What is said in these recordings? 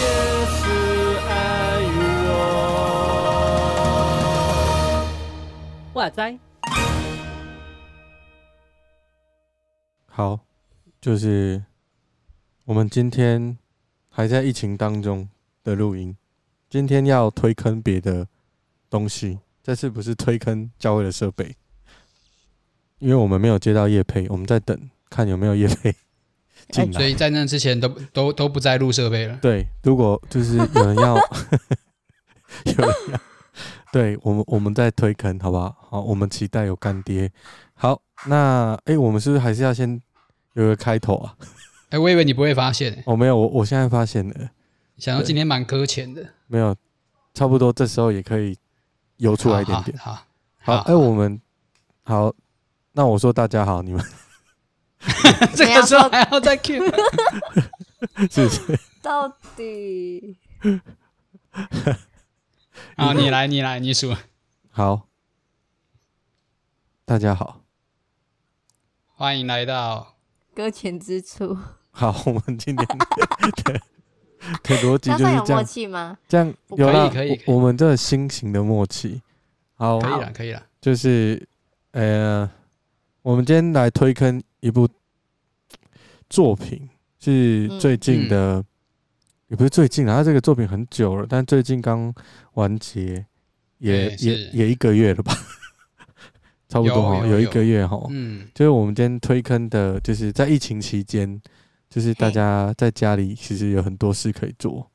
也是爱我。哇塞，好，就是我们今天还在疫情当中的录音，今天要推坑别的东西，这次不是推坑教会的设备，因为我们没有接到叶配，我们在等看有没有叶配 进哎所来。以在那之前都都都不再录设备了。对，如果就是有人 要，有人要，对我们我们在推坑，好不好？好，我们期待有干爹。好，那哎、诶我们是不是还是要先有个开头啊？哎，我以为你不会发现，哦，没有，我我现在发现了，想到今天蛮搁浅的，没有，差不多这时候也可以游出来一点点。好。好好，好，哎、我们好，那我说大家好， 你们呃这个时候还 要再 Q，是不是？ 到底啊，你来，你来，你数。好，大家好，欢迎来到搁浅之处，好，我们 今天的的逻辑刚就才是有这默样，契吗？这样不有可以了可以可以，我我们这新型的默契。好，可以了，可以了。就是呃，我们今天来推坑一部作品，是嗯最近的，也不是最近啊，它这个作品很久了，但最近刚完结，也对也是也一个月了吧， 差不多哈，有有一有个月哈。嗯，就是我们今天推坑的，就是在疫情期间，就是大嘿家在家里其实有很多事可以做，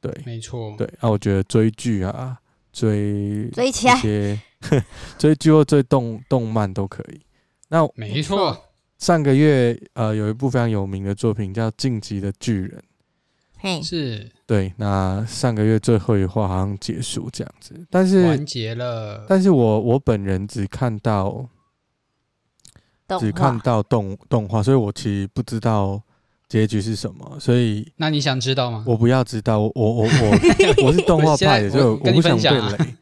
对没错。对。啊，我觉得追剧啊，追追起来一些 追剧或追动动漫都可以。那没错，上个月呃有一部非常有名的作品叫《晋级的巨人》，嘿，是对，那上个月最后一话好像结束这样子，但是呃完结了。但是我我本人只看到动只看画到动动画，所以我其实不知道结局是什么，所以那你想知道吗？我不要知道，我我我我我是动画派的， 我现在所以我我跟不你想分被享啊雷，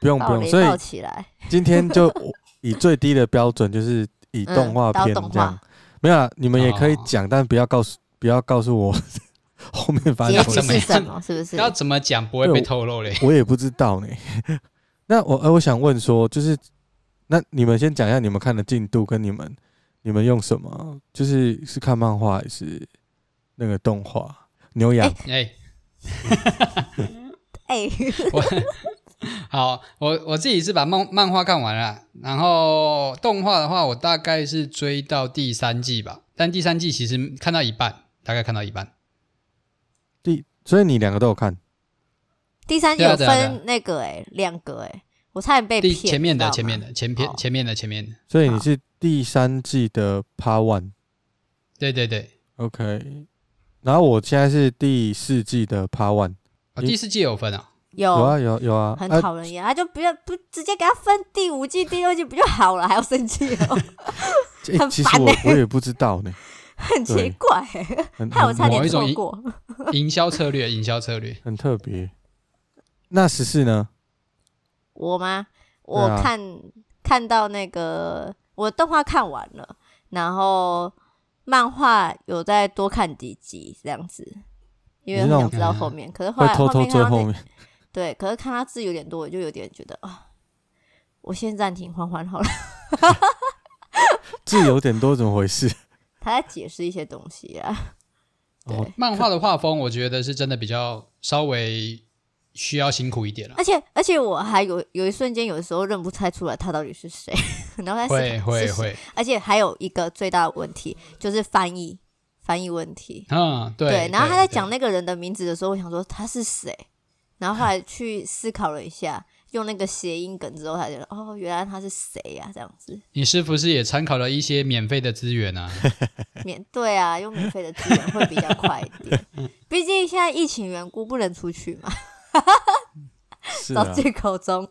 不用不暴用，雷所以暴起来，今天就我以最低的标准，就是以嗯动画到片动这样画。没有啦，啊你们也可以哦讲，但不要告诉不要告诉我后面发结生要什局么事怎么是样什么？是不是？要怎么讲不会被透露嘞？我也不知道呢。 那我呃，我想问说，就是那你们先讲一下你们看的进度，跟你们你们用什么，就是是看漫画还是那个动画？牛羊、哎，哎， 我好，我我自己是把漫漫画看完了啦，然后动画的话，我大概是追到第三季吧，但第三季其实看到一半，大概看到一半。第，所以你两个都有看。第三季对啊有对啊对啊分那个哎，两个哎，我差点被第骗。前面的你知前道吗哦面的前片好前面的前面的，所以你是第三季的 Part 对对对， One，OK。然后我现在是第四季的 Part One，哦，你第四季有分啊，有啊有有啊有啊，哦很啊讨人厌，他就不要不直接给他分第五季、第六季不就好了？还要生气哦， 欸很其实烦我欸我也不知道 呢，很奇怪哎，很害我很差点某一种错一过。营销策略，营销策略。很特别。那十四呢？我吗？对我啊看、看到那个我动画看完了，然后漫画有再多看几集这样子，因为你是很那想种知道后面。可是后会来偷偷面看追到后那面，对，可是看他字有点多，我就有点觉得啊，我先暂停缓缓好了。 字有点多，怎么回 事？他在解释一些东西啊，对，哦漫画的画风，我觉得是真的比较稍微需要辛苦一点了。而且而且我还有有一瞬间，有时候认不太出来他到底是谁， 然后在会思考会哎是谁会，而且还有一个最大的问题就是翻译翻译问题，嗯，对。然后他在对讲那个人的名字的时候，我想说他是谁，然后后来去思考了一下，用那个谐音梗之后，才觉得哦，原来他是谁呀、这样子，你是不是也参考了一些免费的资源啊？免对啊，用免费的资源会比较快 一点，毕竟现在疫情缘故不能出去嘛，是找啊，借口中，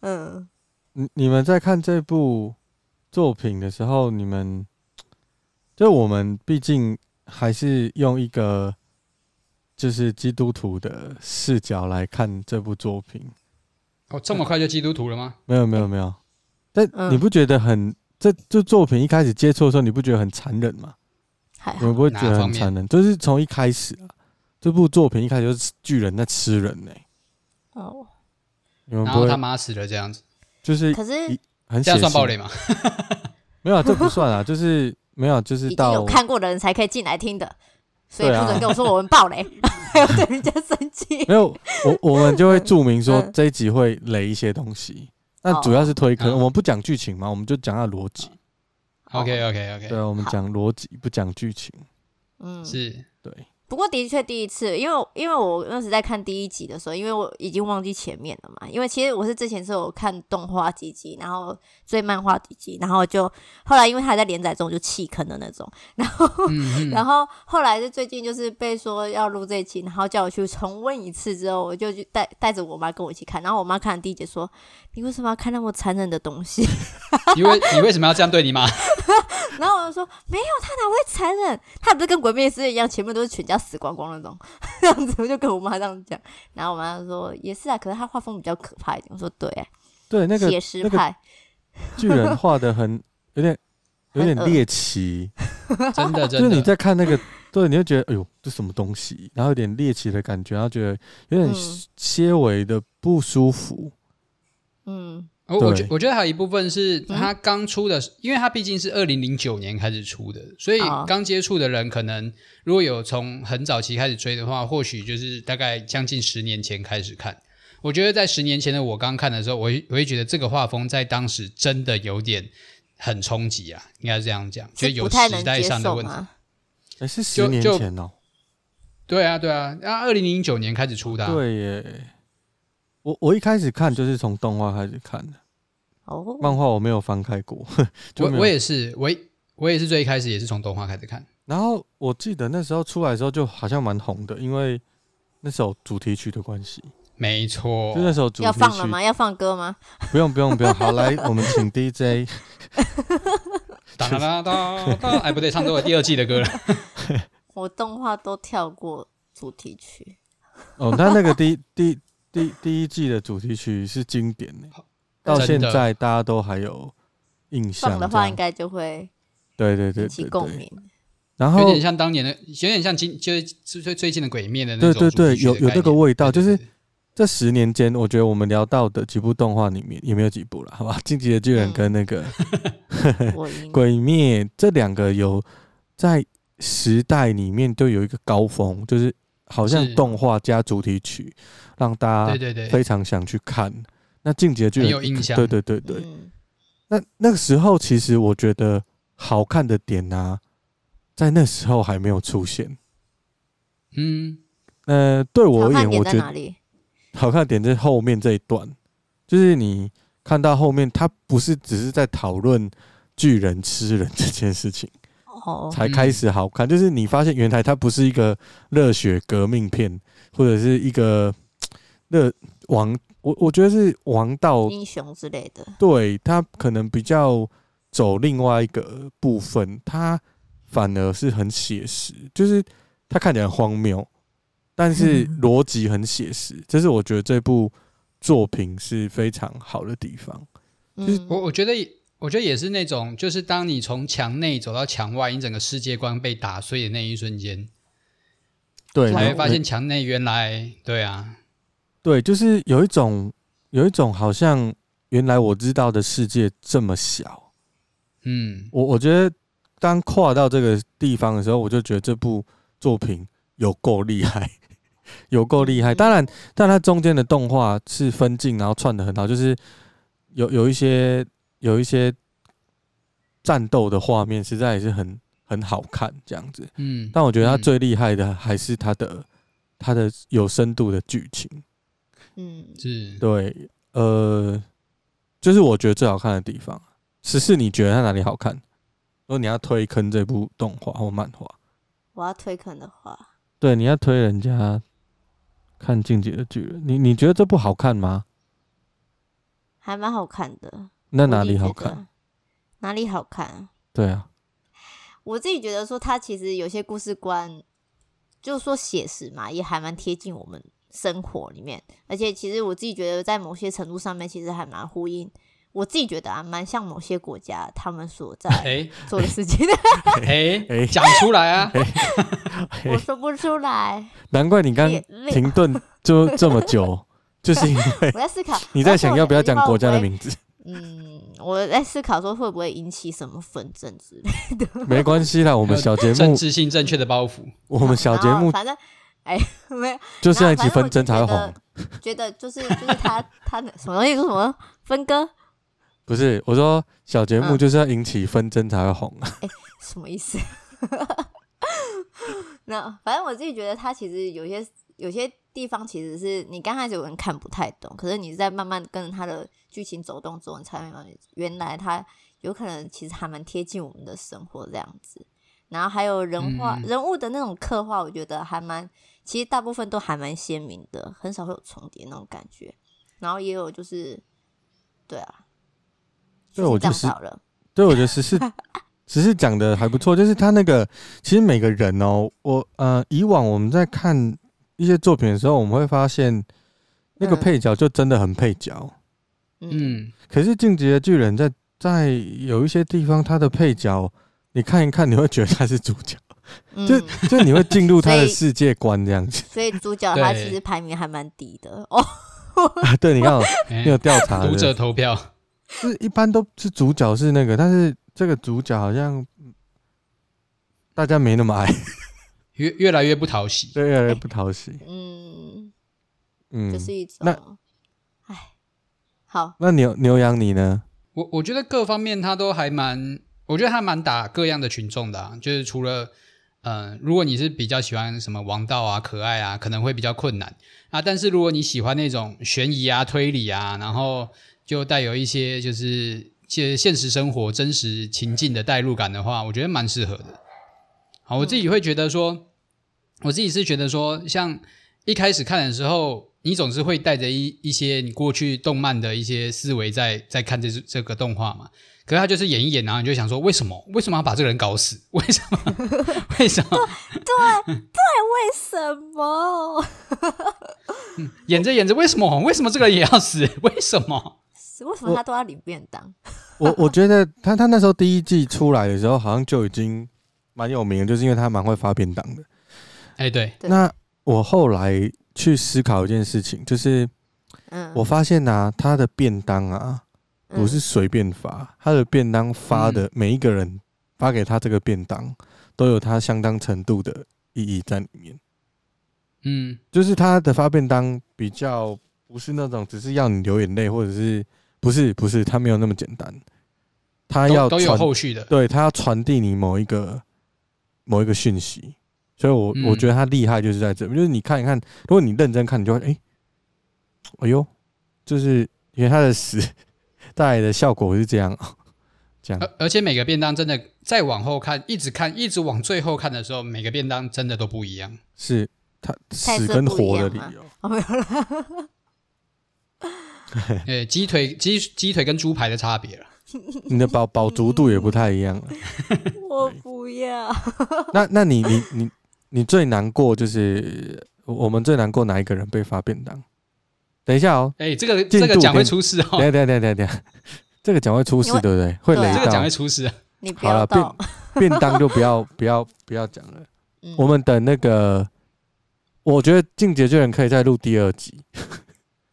嗯，你你们在看这部作品的时候，你们就我们毕竟还是用一个就是基督徒的视角来看这部作品，哦，这么快就基督徒了吗？没有没有没有，但嗯你不觉得很这这作品一开始接触的时候，你不觉得很残忍吗？还你好们不会觉哪得方很面残忍？就是从一开始啊，这部作品一开始就是巨人在吃人呢、哦。你们然不后他会妈死了这样子，就是可是一很这血样算暴腥？雷吗？没有啊，这不算 啊，就是没有，就是一定有到看过的人才可以进来听的，所以对啊不准跟我说我们暴雷， 还要对人家生 气。 没有，我我们就会注明说嗯这一集会雷一些东西。那哦主要是推坑，嗯我们不讲剧情嘛，我们就讲它逻辑。 OK OK 对 OK，啊，我们好讲逻辑，不讲剧情。嗯， 是对，不过的确第一次，因为我因为我那时在看第一集的时候，因为我已经忘记前面了嘛，因为其实我是之前是有看动画几集，然后追漫画几集，然后就后来因为它还在连载中就弃坑的那种，然后、嗯然后后来是最近就是被说要录这一期，然后叫我去重温一次之后，我就去带带着我妈跟我一起看，然后我妈看了第一集说：“你为什么要看那么残忍的东西？”你为你为什么要这样对你 妈？然后我就说没有，他哪会残忍？他也不是跟鬼灭之刃一样，前面都是全家死光光那种， 这样子我就跟我妈这样讲。然后我妈就说也是啊，可是他画风比较可怕一点。我说对、欸，对，那个写实那个派，巨人画的很有点有点很恶猎奇，真的就是真你的，在看那个， 对，你会觉得哎呦，这什么东西，然后有点猎奇的感觉，然后觉得有点嗯些微的不舒服。嗯我我对觉我觉得还有一部分是他刚出的，因为他毕竟是二零零九年开始出的，所以哦刚接触的人可能如果有从很早期开始追的话，或许就是大概将近十年前开始看。我觉得在十年前的我刚看的时候，我会我会觉得这个画风在当时真的有点很冲击啊，应该是这样讲，就是有不太时能代接上的受问题。嘛。哎，是就十年就前哦、对啊，对啊，那二零零九年开始出的、啊，对耶。我我一开始看就是从动画开始看的，漫哦，画我没有翻开过， 就我没有我也是，我一我也是最一开始也是从动画开始看，然后我记得那时候出来的时候就好像蛮红的，因为那首主题曲的关系，没错就，那首主题要放了曲。吗？要放歌吗？不用不用不用，好来，我们请 DJ。哒哒哒哒哒，哎，不 对，唱错了第二季的歌了。我动画都跳过主题曲，哦，那那个第第第第一季的主题曲是经典呢，到现真的在大家都还有印象这样。放的话应该就会对对对引起对共对。鸣。 然后有点像当年的，有点像今就是最最近的《鬼灭》的那种对对对主题曲的有有概念这个味道对对对这十年间，我觉得我们聊到的几部动画里面也没有几部了，好吧？《进击的巨人》嗯跟那个《我赢，鬼灭》这两个有在时代里面都有一个高峰，就是好像是动画加主题曲，让大家对对对，非常想去看。那《进击的巨很人》有印象对对对对，嗯，那那个时候，其实我觉得好看的点啊，在那时候还没有出现。嗯，呃，对我好而言，看点我在觉哪得里？好看的点在后面这一段，就是你看到后面，他不是只是在讨论巨人吃人这件事情哦，才开始好看，就是你发现原来它不是一个热血革命片，或者是一个呃热王，我我觉得是王道英雄之类的，对他可能比较走另外一个部分，他反而是很写实，就是他看起来很荒谬，但是嗯逻辑很写实，这是我觉得这部作品是非常好的地方。是嗯，我我觉得也我觉得也是那种，就是当你从墙内走到墙外，你整个世界观被打碎的那一瞬间，对，哇才没会发现墙内原来对啊，对，就是有一种有一种好像原来我知道的世界这么小，嗯，我我觉得当跨到这个地方的时候，我就觉得这部作品有够厉害，有够厉害。嗯当然，但它中间的动画是分镜，然后串的很好，就是有有一些有一些战斗的画面，实在也是很很好看这样子。嗯，但我觉得它嗯最厉害的还是它的它的有深度的剧情。嗯，是对，呃，就是我觉得最好看的地方。十四，你觉得它哪里好看？如果你要推坑这部动画或漫画，我要推坑的话，对，你要推人家看《进击的巨人》，你你觉得这部好看吗？还蛮好看的。那我哪自己里好觉得看？？哪里好看？对啊，我自己觉得说，它其实有些故事观，就是说写实嘛，也还蛮贴近我们生活里面，而且其实我自己觉得在某些程度上面，其实还蛮呼应。我自己觉得啊，蛮像某些国家他们所 在哎做的事情的，哎，哎讲出来啊！我说不出来。难怪你刚列列停顿就这么久，就是因 为我在思考，你在想要不要讲国家的名字。嗯，我在思考说会不会引起什么纷争之类。没关系啦，我们哎小节政目，治性正确的包袱，我们小节然后目反正哎、没有，就是要一起然后纷争才会反正我红就。觉得就是就是他他的什么东西说什么分割不是，我说小节目嗯就是要引起纷争才会红。什么意思？ 那反正我自己觉得他其实有些有些地方其实是你刚开始有人看不太懂，可是你在慢慢跟着他的剧情走动之后，你才会发现原来他有可能其实还蛮贴近我们的生活这样子。然后还有人画、嗯人物的那种刻画，我觉得还蛮，其实大部分都还蛮鲜明的，很少会有重叠那种感觉。然后也有就是，对啊，对我这就样是好了，对，我觉得十 四十四讲的还不错，就是他那个其实每个人哦，我呃以往我们在看一些作品的时候，我们会发现那个嗯配角就真的很配角。嗯嗯，可是《进击的巨人在》在有一些地方，他的配角你看一看，你会觉得他是主角，嗯就就你会进入他所的以世界观这样子。所以主角他对其实排名还蛮低的哦。啊对，你 看哦，哎你有调查读对不对者投票，就是一般都是主角是那个，但是这个主角好像嗯大家没那么爱， 越越来越不讨喜。对，越来越不讨喜。嗯，嗯，就是一种那，哎，好，那牛牛羊你呢？我我觉得各方面他都还蛮，我觉得他蛮打各样的群众的、啊，就是除了。嗯，如果你是比较喜欢什么王道啊、可爱啊，可能会比较困难啊。但是如果你喜欢那种悬疑啊、推理啊，然后就带有一些就是现现实生活真实情境的代入感的话，我觉得蛮适合的。好，我自己会觉得说，我自己是觉得说，像一开始看的时候，你总是会带着一一些你过去动漫的一些思维在在看这这个动画嘛。可是他就是演一演，然后你就想说，为什么为什么要把这个人搞死？ 为什么为什么为什么？ 演着演着为什么为什么这个人也要死？ 为什么？为什么他都要领便当？我我觉得他他那时候第一季出来的时候，好像就已经蛮有名的，就是因为他蛮会发便当的。哎，对，对那我后来去思考一件事情，就是嗯，我发现啊，他的便当啊不是随便发，他的便当发嗯的每一个人发给他这个便当，都有他相当程度的意义在里面。嗯就是他的发便当比较不是那种只是要你流眼泪，或者是不是不是，他没有那么简单，他要都都有传后续的，对他要传递你某一个某一个讯息，所以我、嗯我觉得他厉害就是在这，就是你看一看，如果你认真看，你就会哎、诶哎呦，就是因为他的死 带来的效果是这样哦，这样，而而且每个便当真的再往后看，一直看，一直往最后看的时候，每个便当真的都不一样。是他菜死色跟不一活的样理嘛由。哦没有了，呃，鸡腿鸡鸡腿跟猪排的差别了。你的饱饱足度也不太一样了。我不要。 那那你你你你最难过就是我我们最难过哪一个人被发便当？等一下哦，哎，这个进度这个讲会点出事等一哦，下等一下等一下等一下，这个讲会出事因为对不对？会对雷啊这个讲到会。出事啊。你不好要了，到便，便当就不要不要不要讲了。嗯 我们等那个，我觉得《进阶巨人》可以再录第二集，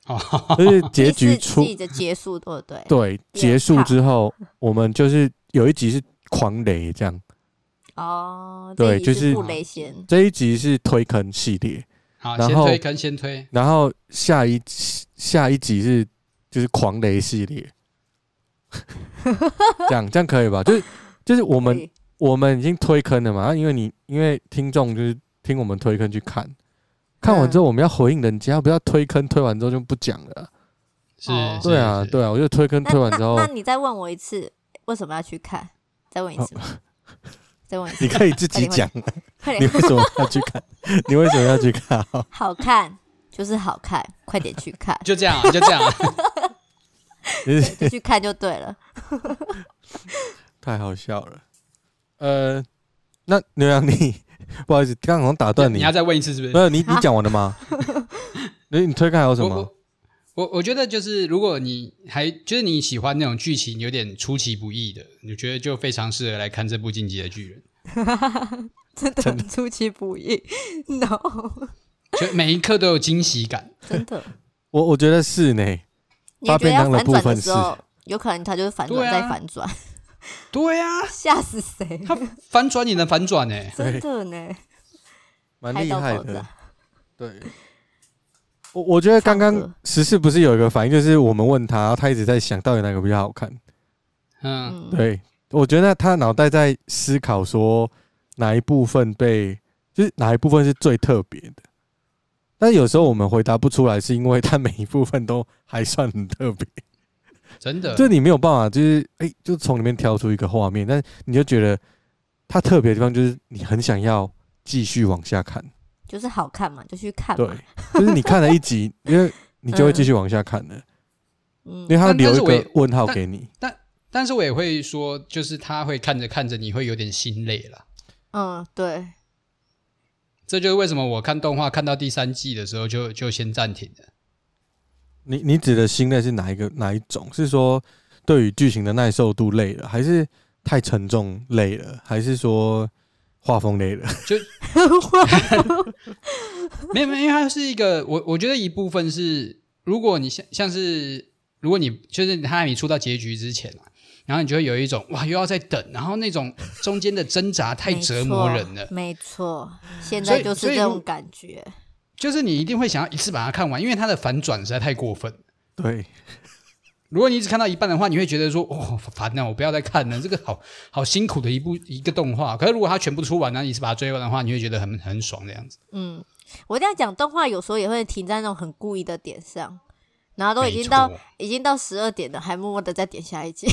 哦，就是结第局四出季的结束，对不对？对第二结束趴之后，我们就是有一集是狂雷这样，哦，对这就一集是布雷先，这一集是推坑系列，好，然先后推跟先推，然后下一下一集是就是狂雷系列， 这样这样可以吧？就是就是我们对我们已经推坑了嘛，啊因为你因为听众就是听我们推坑去看，看完之后我们要回应人家，不要推坑推完之后就不讲了啊。是，哦是对啊，，是对啊，我就推坑那推完之后那，那你再问我一次，为什么要去看？再问一次吗，再问一次你，可以自己讲，快哦你点，为什么要去看？ 你为什么要去 看？好看就是好看，快点去 看，就这样啊，就这样啊。你是就去看就对了。太好笑了。呃，那牛羊你不好意思，刚刚好像打断 你你要，再问一次是不没是？有你你讲完了 吗？你你推开还有什我么？我我我觉得就是，如果你还就是你喜欢那种剧情有点出其不意的，你觉得就非常适合来看这部《进击的巨人 真的很出其不意 ，no，》，就每一刻都有惊喜感。真的。我我觉得是呢，你觉得便要当的反部转的分时是候，有可能他就是反对转啊再反转，对啊， 吓、死谁？他反转也能反转欸呢、 真的呢，蛮开厉到害爆的炸。。对，我我觉得刚唱刚歌十四不是有一个反应，就是我们问他，然后他一直在想到底哪个比较好看。嗯，嗯，对，我觉得他脑袋在思考说哪一部分被，就是哪一部分是最特别的。但有时候我们回答不出来，是因为他每一部分都还算很特别，真的，就你没有办法，就是哎、就从里面挑出一个画面，但你就觉得它特别的地方就是你很想要继续往下看。就是好看嘛，就去看对嘛。，就是你看了一集，因为你就会继续往下看的，嗯因为，他会但但留是一我也个问号给你。但是我也会说，就是他会看着看着你会有点心累了。嗯，对，这就是为什么我看动画看到第三季的时候就就先暂停了。你你指的心累是哪一个哪一种？是说对于剧情的耐受度累了，还是太沉重累了，还是说画风累 了？没有没有，因为它是一个我我觉得一部分是，如果你像像是如果你就是他还没出到结局之前啊，然后你就会有一种哇又要再等，然后那种中间的挣扎太没折磨错人了，没错，现所在以就所是以这如种感觉。就是你一定会想要一次把它看完，因为它的反转实在太过分。对，如果你只看到一半的话，你会觉得说哦烦呐、我不要再看了，这个好好辛苦的一部一个动画。可是如果它全部出完，然后你是把它追完的话，你会觉得很很爽这样子。嗯，我这样讲，动画有时候也会停在那种很故意的点上，然后都已没经到错已经到十二点了，还默默的再点下一集，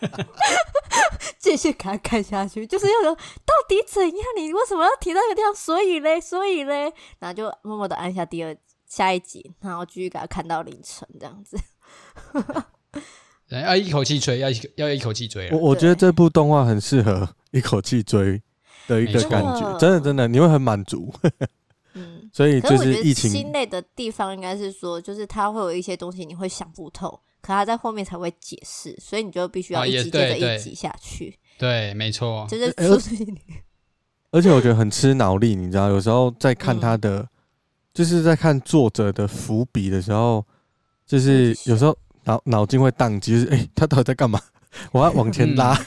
继续给他看下去，就是要说到底怎样，你为什么要停到那个地方？所以嘞，所以嘞，然后就默默的按下第二下一集，然后继续给他看到凌晨这样子。 对要一口气追，要一要一口气追啊我了。我觉得这部动画很适合一口气追的一个没错感觉，真的真的，你会很满足。嗯，所以可是就我觉是得疫心情，累的地方应该是说，就是它会有一些东西你会想不透，可它在后面才会解释，所以你就必须哦要一也集接着对对哦一集下去，对，没错，就是哎促进你 而且我觉得很吃脑力，你知道，有时候在看嗯他的，就是在看作者的伏笔的时候，就是有时候脑脑筋会宕机，就是哎、诶他到底在干嘛？ 我要往前拉。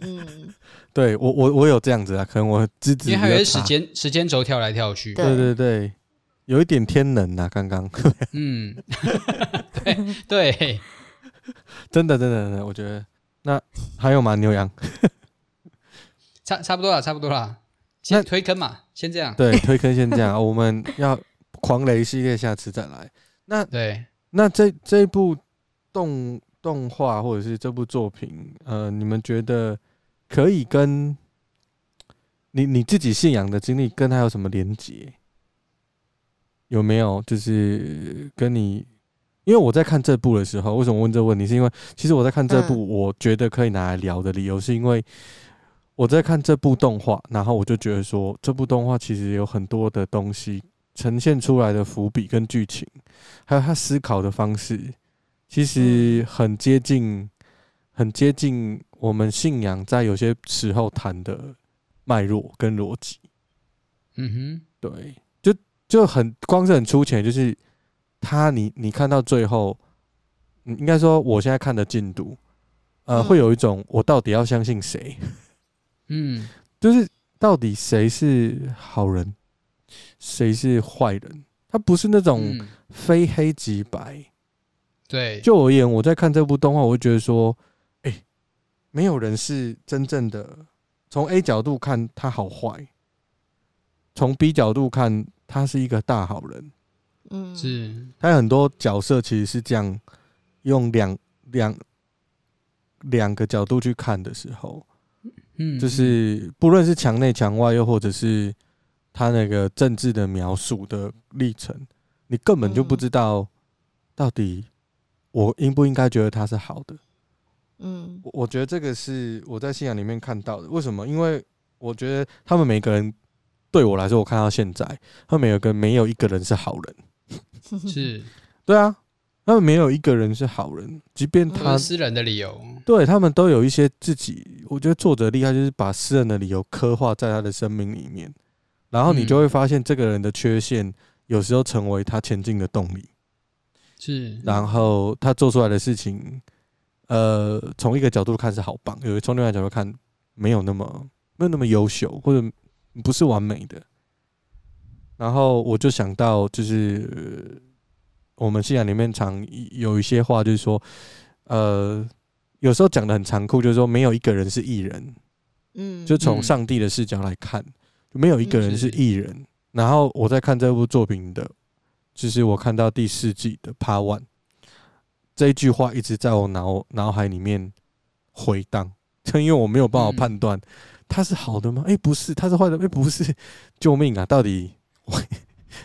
嗯， 对我我我有这样子啊，可能我资质因比为还有较时差。间时间轴跳来跳去。对对对对，有一点天能啊，刚 刚嗯， 对对，真的真的真的，我觉得那还有吗？牛羊 差差不多了，差不多了，那先推坑嘛，先这样。对推坑先这样，啊我们要狂雷系列下次再来。那对，那这这部动动画或者是这部作品，呃，你们觉得可以跟你你自己信仰的经历跟它有什么连结？有没有就是跟你？因为我在看这部的时候，为什么问这个问题？是因为其实我在看这部，我觉得可以拿来聊的理由，是因为我在看这部动画，然后我就觉得说，这部动画其实有很多的东西呈现出来的伏笔跟剧情，还有他思考的方式，其实很接近，很接近我们信仰在有些时候谈的脉络跟逻辑。嗯对，就就很光是很粗浅，就是他你你看到最后，嗯应该说我现在看的进度，呃，嗯会有一种我到底要相信谁，哼，嗯，就是到底谁是好人，谁是坏人，他不是那种嗯，非黑即白。对，就我而言，我在看这部动画，我会觉得说，哎、没有人是真正的从 A 角度看他好坏，从 B 角度看他是一个大好人。嗯，是他有很多角色其实是这样，用两两两个角度去看的时候，嗯，就是不论是墙内墙外，又或者是他那个政治的描述的历程，你根本就不嗯知道到底我应不应该觉得他是好的。嗯我我觉得这个是我在信仰里面看到的。为什么？因为我觉得他们每个人对我来说，我看到现在，他们每个人没有一个人是好人。是对啊，他们没有一个人是好人，即便都他是私人的理由，对他们都有一些自己，我觉得作者厉害，就是把私人的理由刻画在他的生命里面，然后你嗯就会发现这个人的缺陷有时候成为他前进的动力，是然后他做出来的事情，呃，从一个角度看是好棒，有从另外一个角度看没有那么没有那么优秀，或者不是完美的。然后我就想到，就是呃我们信仰里面常有一些话，就是说，呃，有时候讲的很残酷，就是说没有一个人是艺人，嗯，就从嗯上帝的视角来看，就没有一个人是是艺人。然后我在看这部作品的，就是我看到第四季的 Part One，这一句话一直在我脑脑海里面回荡， 就因为我没有办法嗯判断他是好的吗？诶，不是，他是坏的？诶，不是， 救命啊！到底我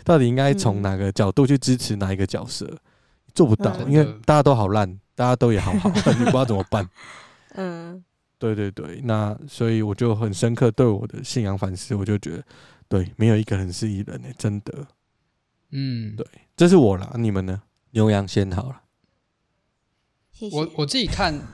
到底应该从嗯哪个角度去支持哪一个角色？做不到，嗯因为真的大家都好烂，大家都也好好， 你不知道怎么办。嗯对对对，那所以我就很深刻对我的信仰反思，我就觉得，对，没有一个人是一人诶、欸真的，嗯，对这是我啦，你们呢？牛羊先好了，谢谢。我我自己看，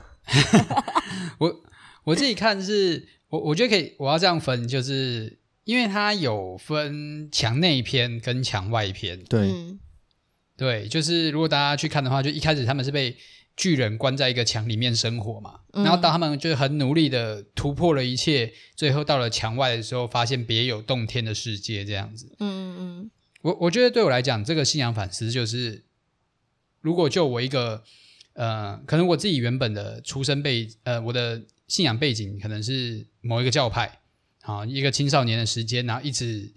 我我自己看是，我我觉得可以，我要这样分，就是因为它有分墙内篇跟墙外篇，对，嗯对，就是如果大家去看的话，就一开始他们是被巨人关在一个墙里面生活嘛，嗯然后当他们就是很努力的突破了一切，最后到了墙外的时候，发现别有洞天的世界这样子。嗯嗯我我觉得对我来讲，这个信仰反思就是，如果就我一个呃，可能我自己原本的出身背呃，我的信仰背景可能是某一个教派啊，一个青少年的时间，然后一直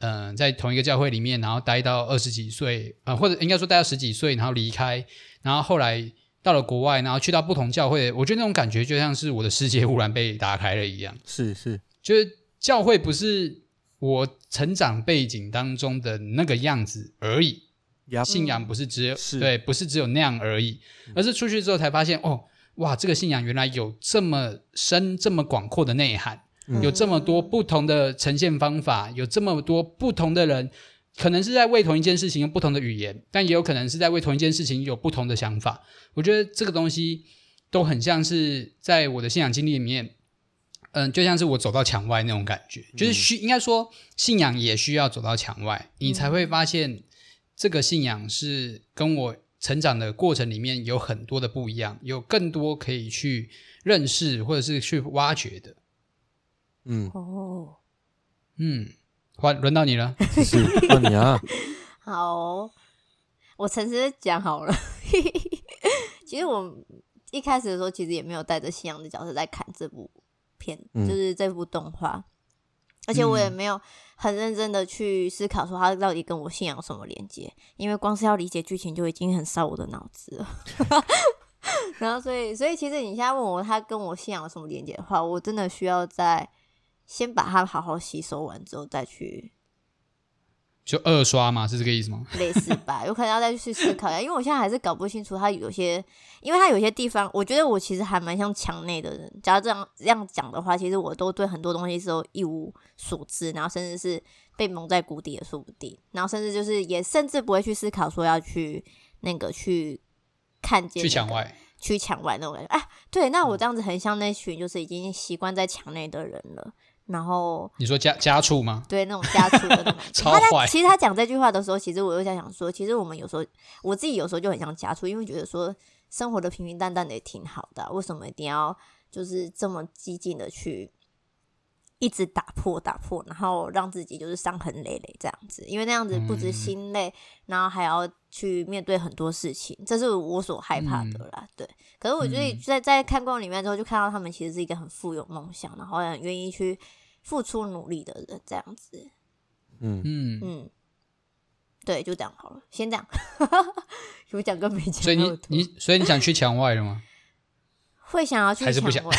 嗯、呃在同一个教会里面，然后待到二十几岁啊、呃或者应该说待到十几岁，然后离开，然后后来到了国外，然后去到不同教会，我觉得那种感觉就像是我的世界忽然被打开了一样。是是，就是教会不是我成长背景当中的那个样子而已，呀信仰不是只有、嗯是嗯对，不是只有那样而已，而是出去之后才发现，哦，哇，这个信仰原来有这么深、这么广阔的内涵，嗯有这么多不同的呈现方法，有这么多不同的人。可能是在为同一件事情用不同的语言，但也有可能是在为同一件事情有不同的想法。我觉得这个东西都很像是在我的信仰经历里面，嗯，就像是我走到墙外那种感觉，嗯就是需应该说信仰也需要走到墙外，你嗯才会发现这个信仰是跟我成长的过程里面有很多的不一样，有更多可以去认识或者是去挖掘的。嗯，哦，嗯，换轮到你了，是是，那你 啊，好哦我诚实地讲好了。 其实我一开始的时候，其实也没有带着信仰的角色在看这部片，嗯就是这部动画，而且我也嗯没有很认真的去思考说它到底跟我信仰有什么连接，因为光是要理解剧情就已经很烧我的脑子了。 然后，所以，所以其实你现在问我它跟我信仰有什么连接的话，我真的需要在先把它好好吸收完之后再去就二刷嘛，是这个意思吗？类似吧，有可能要再去思考一下，因为我现在还是搞不清楚他有些，因为他有些地方，我觉得我其实还蛮像墙内的人。假如这样这样讲的话，其实我都对很多东西是都一无所知，然后甚至是被蒙在鼓底也说不定，然后甚至就是也甚至不会去思考说要去那个去看见去那墙个外，嗯去墙外那种感觉。哎、对，那我这样子很像那群就是已经习惯在墙内的人了，然后你说家家畜吗？对那种家畜的 那种感觉。超他在坏其实他讲这句话的时候，其实我又在想说，其实我们有时候我自己有时候就很像家畜，因为觉得说生活的平平淡淡的也挺好的啊、为什么一定要就是这么激进的去一直打破打破，然后让自己就是伤痕累累这样子？因为那样子不止嗯心累，然后还要去面对很多事情，这是我所害怕的啦。对，可是我觉得嗯在在看光里面之后，就看到他们其实是一个很富有梦想，然后很愿意去付出努力的人，这样子。嗯，嗯，嗯，对，就这样好了，先这样。 有讲跟没讲所以都有你错，你所以你想去墙外了 吗？会想要去还是不墙外。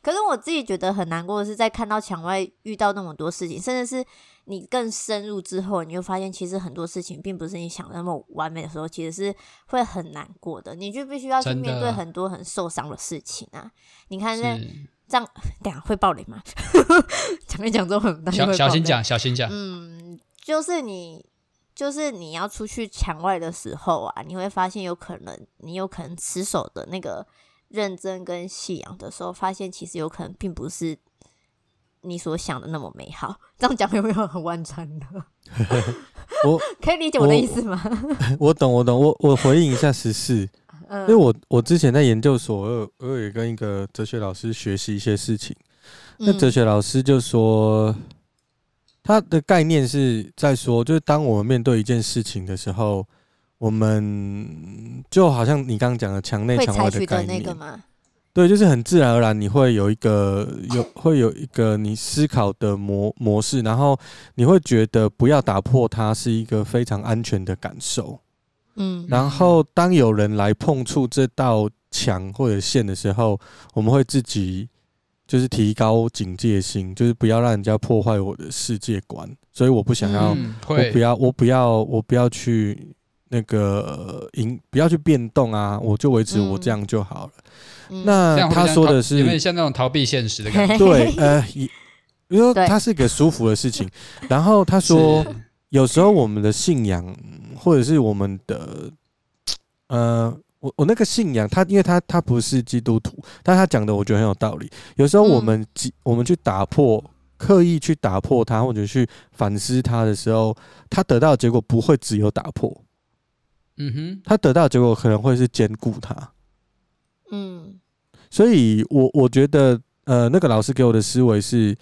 可是我自己觉得很难过的是，在看到墙外遇到那么多事情，甚至是你更深入之后，你就发现其实很多事情并不是你想的那么完美的时候，其实是会很难过的。你就必须要去真的面对很多很受伤的事情啊！你看那是，这样等一下会爆雷吗？ 讲一讲之后很担心小会小爆心雷。讲，小心讲。嗯，就是你，就是你要出去墙外的时候啊，你会发现有可能，你有可能持守的那个认真跟信仰的时候，发现其实有可能并不是你所想的那么美好。 这样讲有没有很万穿的？我 可以理解我的我意思吗？嗯我懂，我懂，我我回应一下时事，因为嗯，我我之前在研究所，我有我有跟一个哲学老师学习一些事情。嗯那哲学老师就说，他的概念是在说，就是当我们面对一件事情的时候，我们就好像你刚刚讲的墙内会墙外采的取概的念那，个吗？对，就是很自然而然，你会有一个有会有一个你思考的模模式，然后你会觉得不要打破它是一个非常安全的感受。嗯然后当有人来碰触这道墙或者线的时候，我们会自己就是提高警戒心，就是不要让人家破坏我的世界观，所以我不想要，嗯，我会不要，我不要，我不要去。那个呃引不要去变动啊，我就维持我这样就好了。嗯这那样会他不会像说逃的是有没有像那种逃避现实的感觉？ 对，呃，也因为对它是一个舒服的事情。然后他 说，有时候我们的信仰，嗯或者是我们的，呃，我我那个信仰，他因为他他不是基督徒，但他讲的我觉得很有道理。有时候我们即、我们去打破，刻意去打破它，或者去反思它的时候，他得到的结果不会只有打破，嗯哼，他得到的结果可能会是兼顾它。 嗯所以我我觉得，呃，那个老师给我的思维是，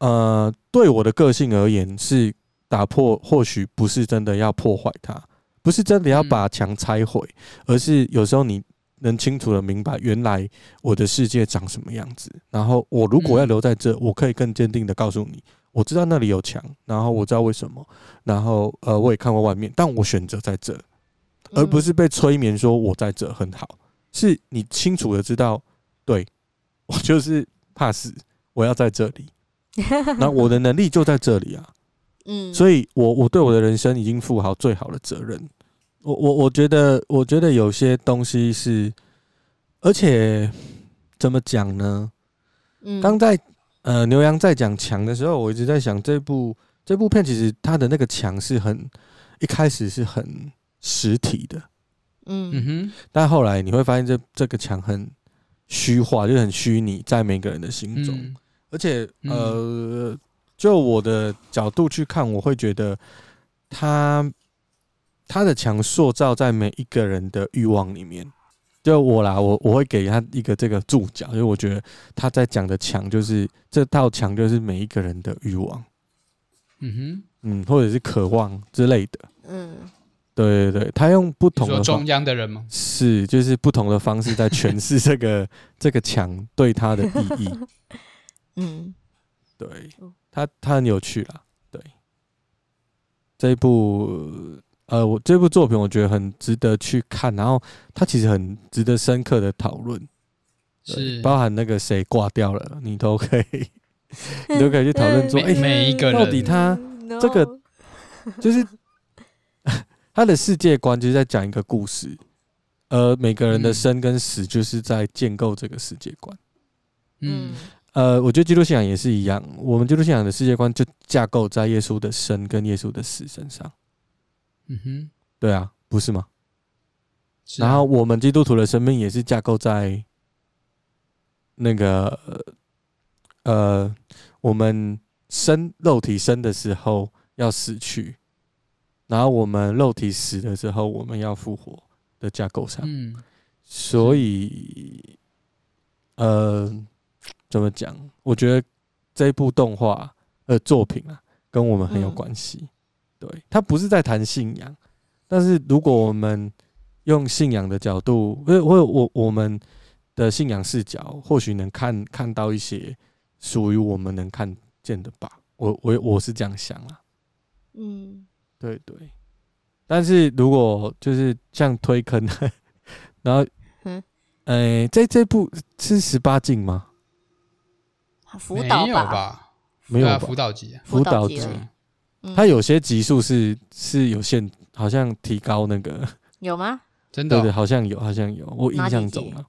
呃，对我的个性而言是打破，或许不是真的要破坏它，不是真的要把墙拆毁，而是有时候你能清楚的明白，原来我的世界长什么样子。然后我如果要留在这，我可以更坚定的告诉你。我知道那里有墙，然后我知道为什么，然后呃，我也看过外面，但我选择在这，而嗯不是被催眠说我在这很好。是你清楚的知道，对我就是怕死，我要在这里，那我的能力就在这里啊，嗯，所以我我对我的人生已经负好最好的责任。我我我觉得，我觉得有些东西是，而且怎么讲呢？以刚在呃牛羊在讲墙的时候，我一直在想这部这部片其实它的那个墙是很一开始是很实体的，嗯嗯但后来你会发现这这个墙很虚化，就是很虚拟，在每个人的哼，心中。嗯而且呃，就我的角度去看，我会觉得他他的墙塑造在每一个人的欲望里面。就我啦，我我会给他一个这个注脚，因为我觉得他在讲的墙就是这道墙就是每一个人的欲望，嗯嗯，或者是渴望之类的。嗯对对对，他用不哼，你同说的方中央的人吗？是，就是不同的方式在诠释这 个这个墙对它的意义。嗯，对嗯，它它很有趣啦。对，这一部呃，我这部作品我觉得很值得去看，然后它其实很值得深刻的讨论，对是包含那个谁挂掉了，你都可 以，你都可以去讨论说，每哎、每一个人到底他这个嗯 No 就是 他的世界观就是在讲一个故事，而每个人的嗯生跟死就是在建构这个世界观。嗯嗯呃，我觉得基督信仰也是一样，我们基督信仰的世界观就架构在耶稣的生跟耶稣的死身上，嗯哼，对啊，不是吗？是啊然后我们基督徒的生命也是架构在那个呃呃，我们生肉体生的时候要死去，然后我们肉体死的时候我们要复活的架构上，嗯所以，呃，怎么讲？我觉得这部动画呃作品啊，跟我们很有嗯关系。对，它不是在谈信仰，但是如果我们用信仰的角度，或或我我们的信仰视角，或许能看看到一些属于我们能看见的吧。我我我是这样想啦。嗯对对，但是如果就是像推坑， 然后，嗯嗯，呃，这这部是十八禁吗？嗯辅没导有吧，吧？没有对啊吧？辅导级啊，辅导级级而已嗯嗯它有些集数是是有限，好像提高那个，有吗？真的对对，哦好像有，好像有，我印象中啊，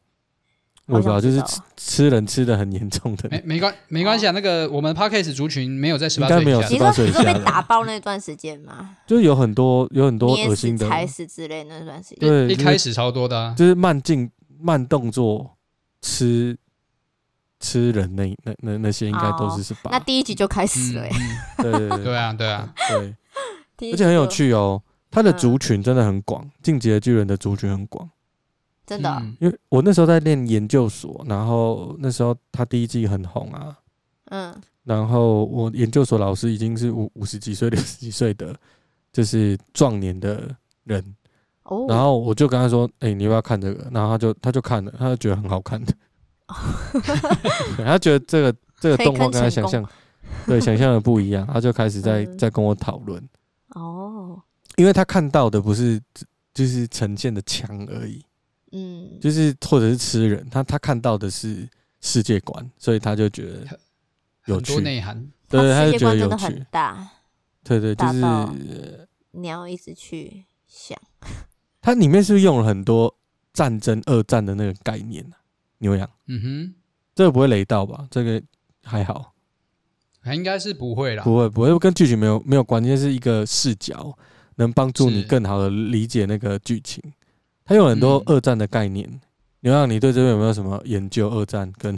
我知道，就是好像知吃道吃人吃的很严重的，没没关没关系啊，那个我们 podcast 族群没有在十应八该岁没有以下十你的，八说岁以你下说被的，打爆那段时间吗？就是有很多有很多捏恶死、心的，踩死之类的那段时间，对，一就是开始超多的啊，就是慢进慢动作吃吃人那那那那些应该都是是哦吧？那第一集就开嗯始了、欸。嗯对对对对啊对啊，对，第一嗯而集且很有就，趣哦。它的嗯族群真的很广，进击的巨人的族群很广。真的哦、嗯因为我那时候在念研究所，然后那时候他第一季很红啊，嗯，然后我研究所老师已经是五五十几岁、六十几岁的，就是壮年的人。哦，然后我就跟他说：“哎、你要不要看这个？”然后他就他就看了，他就觉得很好 看的，对他觉得这个这个推动画坑跟他成想功象对想象的不一样，他就开始在嗯在跟我讨论，哦，因为他看到的不是就是呈现的强而已，嗯，就是或者是吃人，他他看到的是世界观，所以他就觉得有很趣多，内涵，对，它他世就界觉得观真有的趣很，大，对对，就大到是你要一直去想。它里面是不是用了很多战争、二战的那个概念啊牛羊。嗯这个不会雷到吧？这个还好，哼，还应该是不会啦，不会不会跟剧情没有没有关系，是一个视角，能帮助你是更好的理解那个剧情。它有很多嗯二战的概念。牛羊，你对这边有没有什么研究？二战跟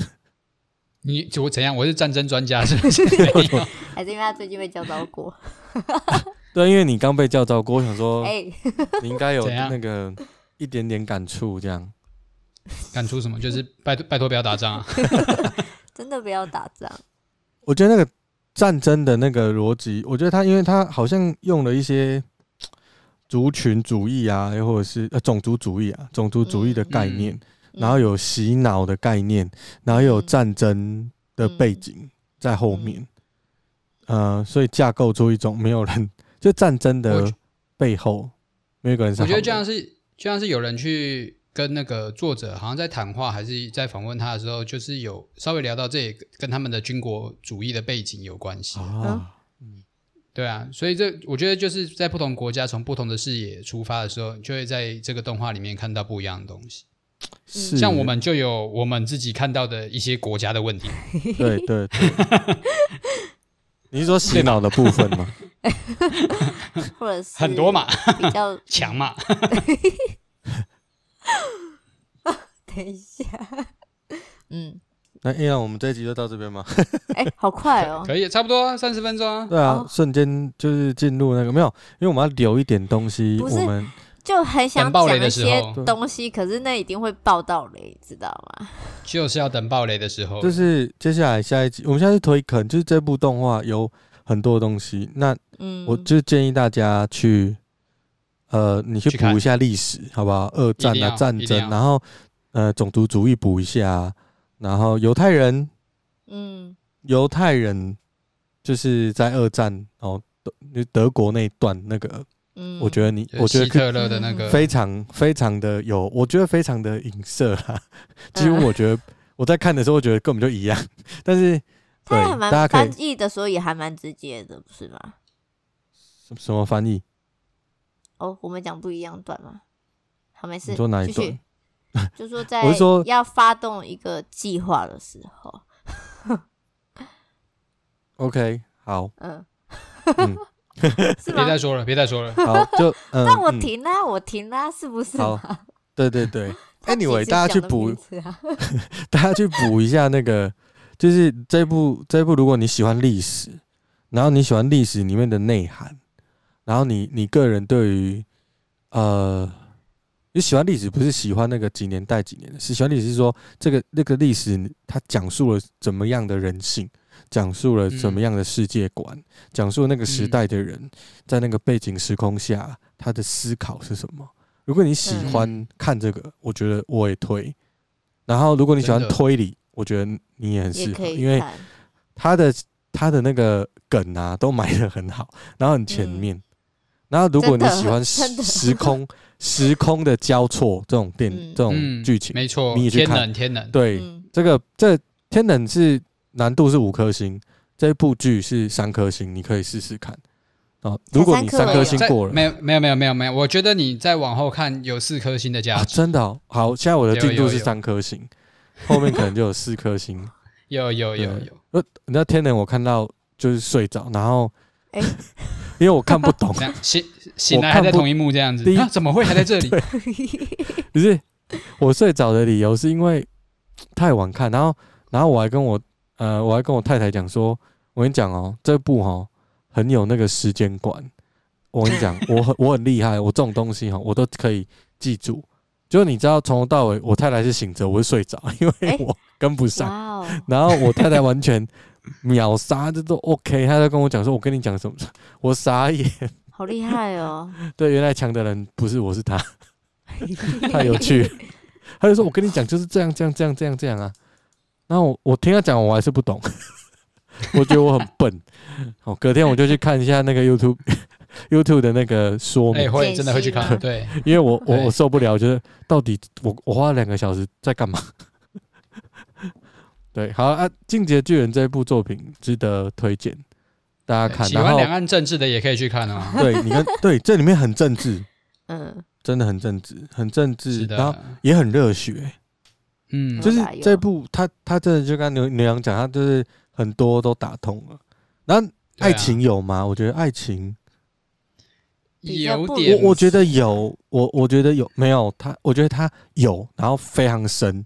你就我怎样？我是战争 专家是不是？没有还是因为他最近被教导过， 对，因为你刚被叫到过，我想说哎、 你应该有怎样那个一点点感触，这样敢出什么？就是拜托拜托不要打仗啊！真的不要打仗。我觉得那个战争的那个逻辑，我觉得他因为他好像用了一些族群主义啊，又或者是呃种族主义啊，种族主义的概念，嗯然后有洗脑的概念，然后又有战争的背嗯景在后面，呃，所以架构出一种没有人 就战争我的觉背后没有一个人是我觉得好就人像是就像是有人去跟那个作者好像在谈话还是在访问他的时候，就是有稍微聊到这也跟他们的军国主义的背景有关系。嗯啊，对啊，所以这我觉得就是在不同国家从不同的视野出发的时候，你就会在这个动画里面看到不一样的东西。是像我们就有我们自己看到的一些国家的问题，对对 对，你是说洗脑的部分吗？ 或者是很多嘛，比较强嘛，等 一下，嗯， 那依然我们这一集就到这边吗？哎、好快 哦，可以差不多三十分钟啊。 对啊哦，瞬间就是进入那个没有，因为我们要留一点东西，不是我们就很想等爆讲雷的一时些候东西，可是那一定会爆到雷，知道吗？就是要等暴雷的时候，就是接下来下一集，我们现在是推坑，就是这部动画有很多东西，那嗯，我就建议大家去，呃，你去去看补一下历史，好不好？二战一定啊，要战一定争，要然后呃，种族主义补一下啊，然后犹太人，嗯犹太人就是在二战哦，德就德国那一段那个，嗯，我觉得你，就是我觉得希可以特勒的那个非常非常的有，我觉得非常的影射啦。嗯几乎我觉得我在看的时候，我觉得根本就一样， 但是对他还大家蛮可以翻译的时候也还蛮直接的，不是吗？什什么翻译？哦，我们讲不一样段吗？好，没事，你说哪一继续段？就说 在我是说要发动一个计划的时候， ？OK，好， 嗯，嗯，是别吗再？说了，别再说了。好，就嗯，但我嗯停啦，我停啦，是不是好哎嘛？ 对对对他其，Anyway，实大家讲去的补名，字啊 大家去补一下那个，就是这部这部，如果你喜欢历史，然后你喜欢历史里面的内涵，然后你你个人对于呃，你喜欢历史不是喜欢那个几年代几年的，是喜欢历史是说这个那个历史它讲述了怎么样的人性，讲述了怎么样的世界观，讲述那个时代的人在那个背景时空下他的思考是什么。如果你喜欢看这个，我觉得我也推。然后如果你喜欢真的推理，我觉得你也很也适合，可因以为看，他的他的那个梗啊，都埋得很好， 然后很前面。然后如果你喜欢嗯真时的时空时空的交错这种电、嗯这种嗯，剧情，没错，你也去天看冷天冷，对、嗯 这个这天冷是难度是五颗星，这部剧是三颗星，你可以试试看。啊，如果你才三三颗颗而已星已在啊过了没有没有没有没有没有，我觉得你再往后看有四颗星的价啊，值，真的哦、好，现在我的有进度有是有三颗星，后面可能就有四颗星。有有有对有，呃，那天人我看到就是睡着，然后，哎 因为我看不懂这，样醒醒来我还看在不同一幕这样子第，一啊，怎么会还在这里？ 不是我睡着的理由是因为太晚看，然后然后我还跟我呃我还跟我太太讲说，我跟你讲哦，这部哦很有那个时间观，我跟你讲，我很我很厉害，我这种东西哈、哦、我都可以记住。就你知道，从头到尾我太太是醒着，我是睡着，因为哎我跟不 上。哇哦，然后我太太完全秒杀，这都 OK。她在跟我讲说：“我跟你讲什么？”我傻眼。好厉害哦！对，原来强的人不是我，是他， 太有趣 了。他就说：“我跟你讲，就是这样，这样，这样，这样，这样啊。”然后我我听他讲，我还是不懂， 我觉得我很笨。好，隔天我就去看一下那个 YouTube YouTube 的那个说哎，明，会真的会去见习看，吗对，因为我我对我受不了，就是到底我我花了两个小时在干嘛？ 对，好啊，《进击的巨人》这部作品值得推荐大家对看。哎喜然欢后两，岸政治的也可以去看哦。对你看，对这里面很政治，嗯，真的很政治，很政治，是然后的，也很热血。嗯，就是有啦有这部他他真的就跟牛牛羊讲，他就是很多都打通了。然后对啊爱情有吗？我觉得爱情，比较有不点，我我觉得有，我我觉得有没有他？我觉得他有，然后非常深。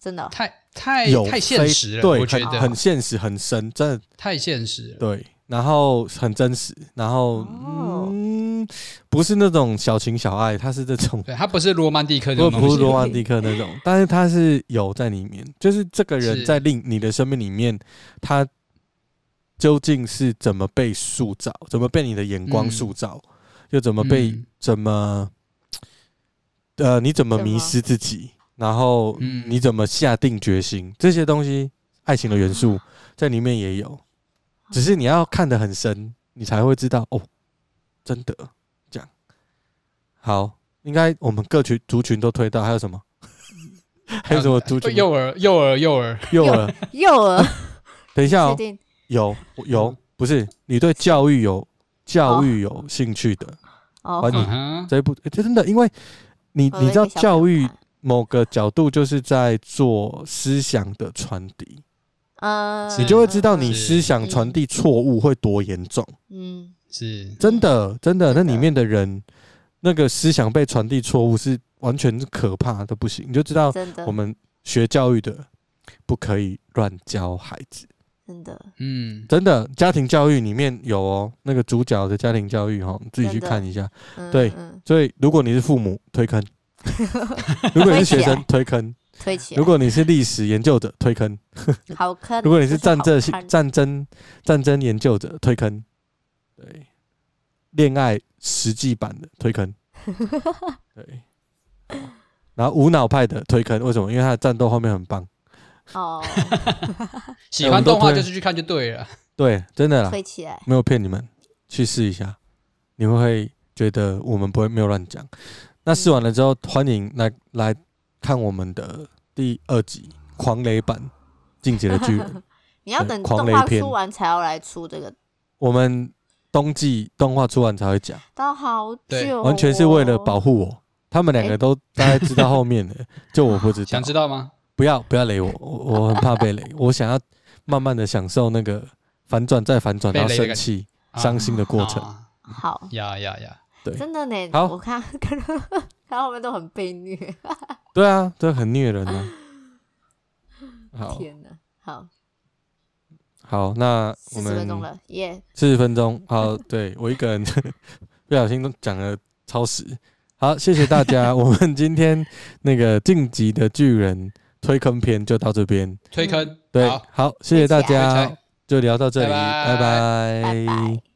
真 的哦太太有太非现实了，对，我觉很得很现实，很深，真的太现实了。对，然后很真实，然后、哦嗯，不是那种小情小爱，它是这种，对，他不是罗曼蒂克这不种不东是西，罗曼蒂克那种，但是它是有在里面，就是这个人是在另你的生命里面，他究竟是怎么被塑造，怎么被你的眼光嗯塑造，又怎么被、嗯怎么呃，你怎么怎迷么失自己，然后嗯你怎么下定决心，这些东西，爱情的元素在里面也有，只是你要看得很深，你才会知道哦，真的这样。好，应该我们各群族群都推到，还有 什么？还有呃什么族群？幼儿幼儿幼儿，幼儿？幼儿等一下确哦，定有有，不是你对教育有教育有兴趣的哦环，嗯境哼，这一部，诶真的，因为你会不会你知道给小朋友教育看某个角度就是在做思想的传递，嗯，你就会知道你是思想传递错误会多严重。嗯，是真的，真的，那真的里面的人那个思想被传递错误是完全是可怕的，不行。你就知道真的哦我们学教育的不可以乱教孩子，真的嗯，真的。家庭教育里面有哦，那个主角的家庭教育哦，你自己去真的看一下。嗯对嗯所以，如果你是父母，推 坑；如果你是学生，推坑；推起来，如果你是历史研究者，推坑；好看，如果你是这战争好看战争战争研究者，推坑。对，恋爱实际版的推 坑。对，然后无脑派的推坑，为什么？因为他的战斗后面很棒。哦，喜欢动画就是去看就对了。对，真的啦，推起来，没有骗你们，去试一下，你们会觉得我们不会没有乱讲。那试完了之后，欢迎来来看我们的第二集狂雷版《进击的巨 人》。你要对等狂动雷画片出完才要来出这个，我们冬季动画出完才会讲，到好对久，哦完全是为了保。护我。他们两个都大概知道后面 的，就我不知道啊想。知道吗？不要不要雷我，我我很怕被雷。 我想要慢慢的享受那个反转再反转被到雷的生感觉气、伤心的过程。啊好，呀呀呀！对真的呢，好我看看到看到后面都很被虐，对啊，这很虐人 啊。好天哪！好，好，那我四十分钟们了，耶！四十分钟。 好，对我一个人 不小心都讲了超时。好，谢谢大 家。我们今天那个晋级的巨人推坑篇就到这边。推坑，对好，好，谢谢大谢谢家啊，就聊到这里，拜拜拜拜拜。